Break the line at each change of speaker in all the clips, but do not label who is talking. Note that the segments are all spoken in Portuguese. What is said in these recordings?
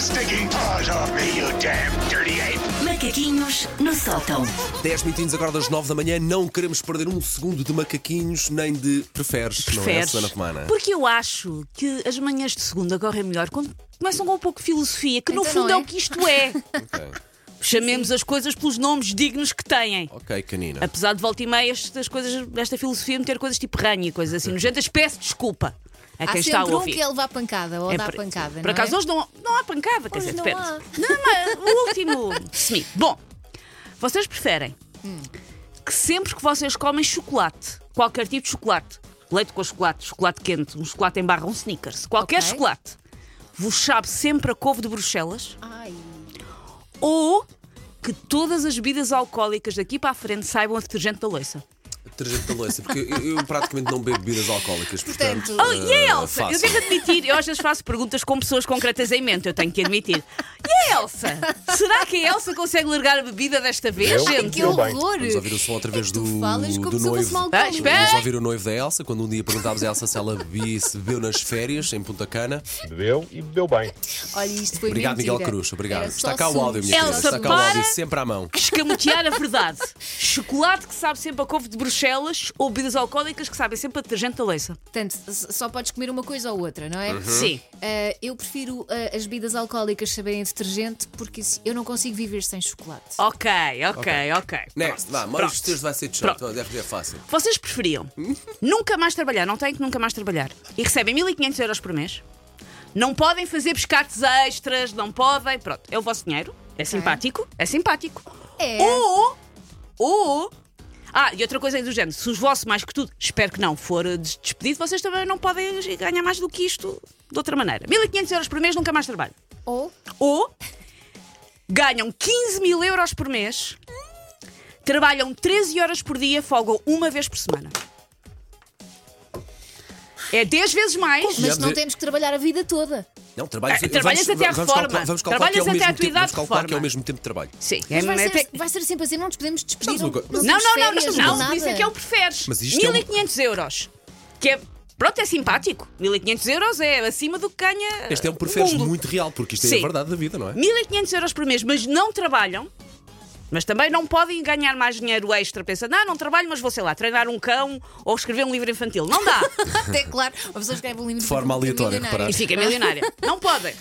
stinking paws off me, you damn dirty ape!
Macaquinhos no sótão.
10 minutinhos agora das 9 da manhã, não queremos perder um segundo de macaquinhos nem de preferes, não é?
Preferes?
Susana Romana.
Porque eu acho que as manhãs de segunda correm melhor quando começam com um pouco de filosofia, que no
Então
fundo é.
não é?
o que isto é.
Ok.
Chamemos as coisas pelos nomes dignos que têm.
Ok, canina.
Apesar de volta e meia estas coisas, esta filosofia meter coisas tipo ranha e coisas assim nojentas, peço desculpa a
Há
quem está a
sempre um
ouvir.
que é levar pancada ou
É
dar
por-
pancada.
Por
não
acaso
é?
hoje não, não há pancada, quer
Hoje
dizer,
não
depende.
há.
Não, mas o último. Sim. Bom, vocês preferem que sempre que vocês comem chocolate, qualquer tipo de chocolate, leite com chocolate, chocolate quente, um chocolate em barra, um Snickers, qualquer
Ok.
chocolate, vos sabe sempre a couve de Bruxelas
Ai,
ou que todas as bebidas alcoólicas daqui para a frente saibam a detergente da louça?
Detergente da louça, assim, porque eu, eu praticamente não bebo bebidas alcoólicas, portanto.
Portanto-
Oh, e a
eh,
Elsa? Eu
fácil.
tenho que admitir, eu às vezes faço perguntas com pessoas concretas em mente, eu tenho que admitir. E a Elsa? Será que a Elsa consegue largar a bebida desta vez,
Eu?
Ai,
gente?
que horror!
Vamos ouvir o som através
É que tu
do,
falas como
do
se fosse
noivo.
um
Ah,
alcoólico.
espera.
Vamos ouvir o noivo da Elsa quando um dia perguntámos a Elsa se ela bebia, se bebeu nas férias em Punta Cana.
Bebeu e bebeu bem.
Olha, isto foi
Obrigado,
mentira.
Miguel Cruz. Obrigado.
Era
Está
só
cá o áudio, minha querida.
sumo. assim. Elsa,
Está cá o áudio,
para.
sempre à mão.
Escamotear a verdade. Chocolate que sabe sempre a couve de Bruxelas ou bebidas alcoólicas que sabem sempre a detergente da
Hum.
louça.
Portanto, s- só podes comer uma coisa ou outra, não é?
Sim.
Ah, eu prefiro ah, as bebidas alcoólicas saberem detergente porque assim, eu não consigo viver sem chocolate.
Ok, ok, ok.
Next,
Pronto,
vá, mais
pronto.
os teus vai ser de chato. Deve ser fácil.
Vocês preferiam nunca mais trabalhar, não têm que nunca mais trabalhar, e recebem 1500 euros por mês, não podem fazer pescates extras, não podem, pronto, é o vosso dinheiro, é simpático, é simpático.
É.
Ou, ou, ah, e outra coisa aí do género, se os vossos, mais que tudo, espero que não, for eh, des- despedido, vocês também não podem ganhar mais do que isto de outra maneira. 1500 euros por mês, nunca mais trabalho.
Ou
Ou ganham 15 mil euros por mês, trabalham 13 horas por dia, folgam uma vez por semana. É 10 vezes mais.
mas
dizer-
não temos que trabalhar a vida toda.
Não, trabalhas,
Ah, trabalhas até à
calcular-
reforma.
Vamos calcular que é o
Trabalhas até à
mesmo
tua
tempo-
idade
vamos
de
calcular que é o
reforma.
mesmo tempo de trabalho.
Sim,
Mas vai,
é-
ser,
é-
vai ser sempre assim, não nos podemos despedir.
Sabes uma coisa?
nas
Não, não, não,
férias,
não, não,
nada.
isso é que é o preferes.
Mas isto é um-
1500 euros. Que é. Pronto, é simpático. 1500 euros é acima do que ganha.
Este é um
o
preferes
mundo.
muito real, porque isto é
Sim.
a verdade da vida, não é?
1500 euros por mês, mas não trabalham. Mas também não podem ganhar mais dinheiro extra pensando, ah, não trabalho, mas vou, sei lá, treinar um cão ou escrever um livro infantil. Não dá.
Até claro, uma pessoa escreve um livro
De forma
fica
aleatória,
milionária.
reparaste?
e fica milionária. Não podem.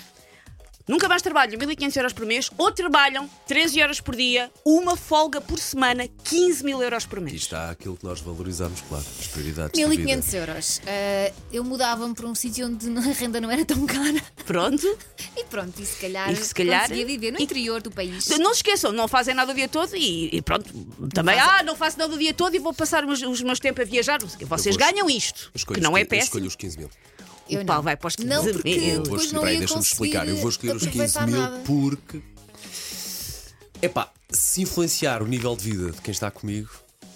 Nunca mais trabalham 1500 euros por mês ou trabalham 13 horas por dia, uma folga por semana, 15 mil euros por
E
mês.
está aquilo que nós valorizamos, claro, as prioridades. da vida.
1500 euros. Ah, eu mudava-me para um sítio onde a renda não era tão cara.
Pronto.
E pronto, e se calhar,
E se calhar-
conseguia viver no
e-
interior do país.
Não se esqueçam, não fazem nada o dia todo e, e pronto. Também, ah, não faço nada o dia todo e vou passar os, os meus tempos a viajar. Vocês
Eu vou-
ganham isto,
Eu escolho
que
os
não é
qui- eu Escolho
péssimo.
os 15 mil.
Eu
o pau
não.
vai para os 15
Não,
mil.
porque
Eu vou
Depois
escolher,
não
peraí,
ia
deixa-me
conseguir
explicar. Eu vou escolher os 15
aproveitar
mil
nada.
porque. Epá, se influenciar o nível de vida de quem está comigo.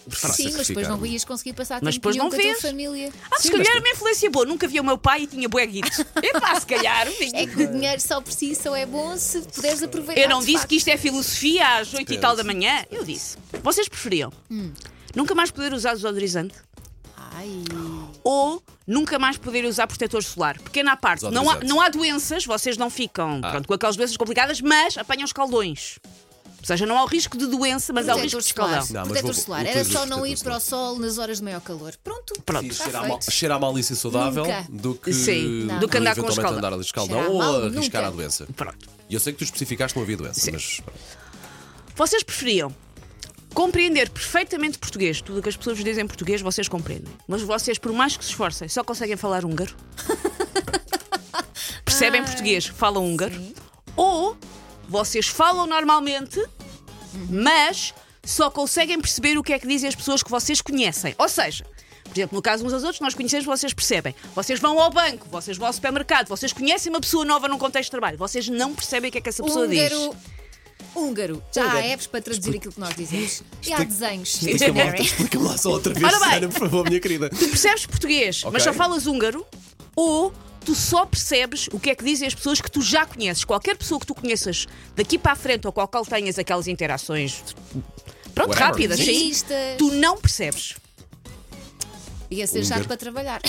preferia
Sim, mas depois não
sacrificar-me.
ias conseguir passar
Mas
tempo
depois
nenhum
não
com a tua
vês.
família.
Ah, se calhar era uma influência boa. Nunca via o meu pai e tinha bué guito. Epá, se calhar. isto-
É que o dinheiro só por si só é bom se puderes aproveitar.
Eu não
de
disse
facto.
que isto é filosofia às 8 e tal da manhã. Eu disse. Vocês preferiam
Hum.
nunca mais poder usar desodorizante é
Ai,
um ou nunca mais poder usar protetor solar? Pequena à parte. Não há,
Desodorizante.
não há doenças, vocês não ficam pronto, com aquelas doenças complicadas, mas apanham escaldões. Ou seja, não há o risco de doença, mas há o risco
protetor
de escaldão.
solar.
Não, mas
protetor
vou-
solar.
utilizo
Era
os
só não ir
protetores
para o sol nas horas de maior calor. Pronto.
Pronto.
Está
Cheira à,
feito.
mal- cheira à malícia saudável
Nunca.
do que,
Sim,
do
do que andar com
eventualmente
escaldão.
andar a escaldão
Cheira a
ou
mal,
a arriscar
nunca.
a doença.
Pronto.
E eu sei que tu especificaste que não havia doença, mas
Vocês preferiam compreender perfeitamente português, tudo o que as pessoas vos dizem em português, vocês compreendem. Mas vocês, por mais que se esforcem, só conseguem falar húngaro. Percebem português, falam húngaro. Ou vocês falam normalmente, mas só conseguem perceber o que é que dizem as pessoas que vocês conhecem. Ou seja, por exemplo, no caso uns aos outros, nós conhecemos, vocês percebem. Vocês vão ao banco, vocês vão ao supermercado, vocês conhecem uma pessoa nova num contexto de trabalho, vocês não percebem o que é que essa pessoa diz.
Húngaro. Húngaro. Já há apps para traduzir aquilo que nós dizemos. E há desenhos.
explica-me lá, explica-me lá só outra vez,
Ora bem.
Susana, por favor, minha querida.
tu percebes português, mas só falas húngaro, ou tu só percebes o que é que dizem as pessoas que tu já conheces. Qualquer pessoa que tu conheças daqui para a frente ou com a qual tenhas aquelas interações. Pronto,
Whatever.
rápidas, sim.
Vistas.
Tu não percebes.
Ia ser chato para trabalhar.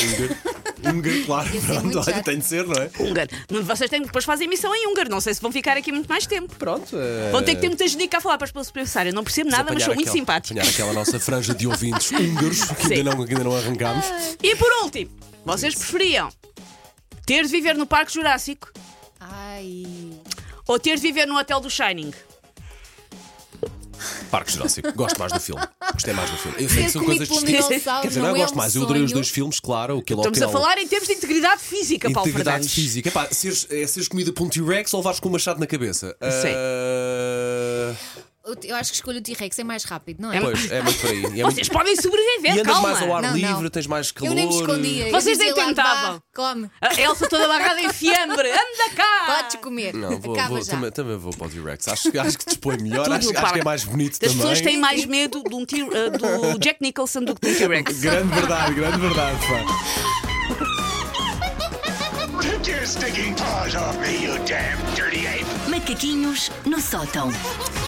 Húngaro, claro.
Ia ser
Pronto,
muito
olha,
chato.
tem de ser, não é?
Húngaro. Vocês têm, depois fazem emissão em húngaro, não sei se vão ficar aqui muito mais tempo.
Pronto. eh,
Vão ter que ter muita genica a falar para as pessoas pensarem. Eu não percebo nada, mas
apanhar
sou muito
aquela-
simpática.
Apanhar aquela nossa franja de ouvintes húngaros que ainda não, que ainda não arrancámos.
E por último, vocês preferiam ter de viver no Parque Jurássico
Ai.
ou ter de viver no Hotel do Shining?
Parque Jurássico. Gosto mais do filme. Gostei mais do filme. Eu sei que
Ter
são
comido
coisas
pelo
distintas.
dinossauro
Quer dizer,
não
eu
é
gosto
um
mais. Eu adorei os
sonho.
dois filmes, claro. O Kill
Estamos
Hotel.
a falar em termos de integridade física, Paulo
Integridade
Fernandes.
física. Epá, seres, é seres comida por um T-Rex ou levares com um machado na cabeça?
Sei.
Ah,
Eu- Eu acho que escolho o T-Rex, é mais rápido, não é?
É mais-
Pois, é muito por aí. E, é muito-
Vocês podem
e
sobreviver,
andas
calma.
mais ao ar
Não, não.
livre, tens mais calor.
Eu nem me escondia. eu
Vocês nem
dizia lá,
tentavam.
"Vá, Come,
A Elsa toda barrada em fiambre. Anda cá!
podes comer.
Não, vou,
Acaba
vou-
já.
também, também vou para o T-Rex. Acho, que- acho que dispõe melhor,
Tudo
acho, acho
no
que
parque.
é mais bonito
As
também.
pessoas têm mais medo de um T- eh, do Jack Nicholson do que do T-Rex.
Grande verdade, grande verdade, pá.
Take your stinking paws off me, you damn dirty ape!
Macaquinhos no sótão.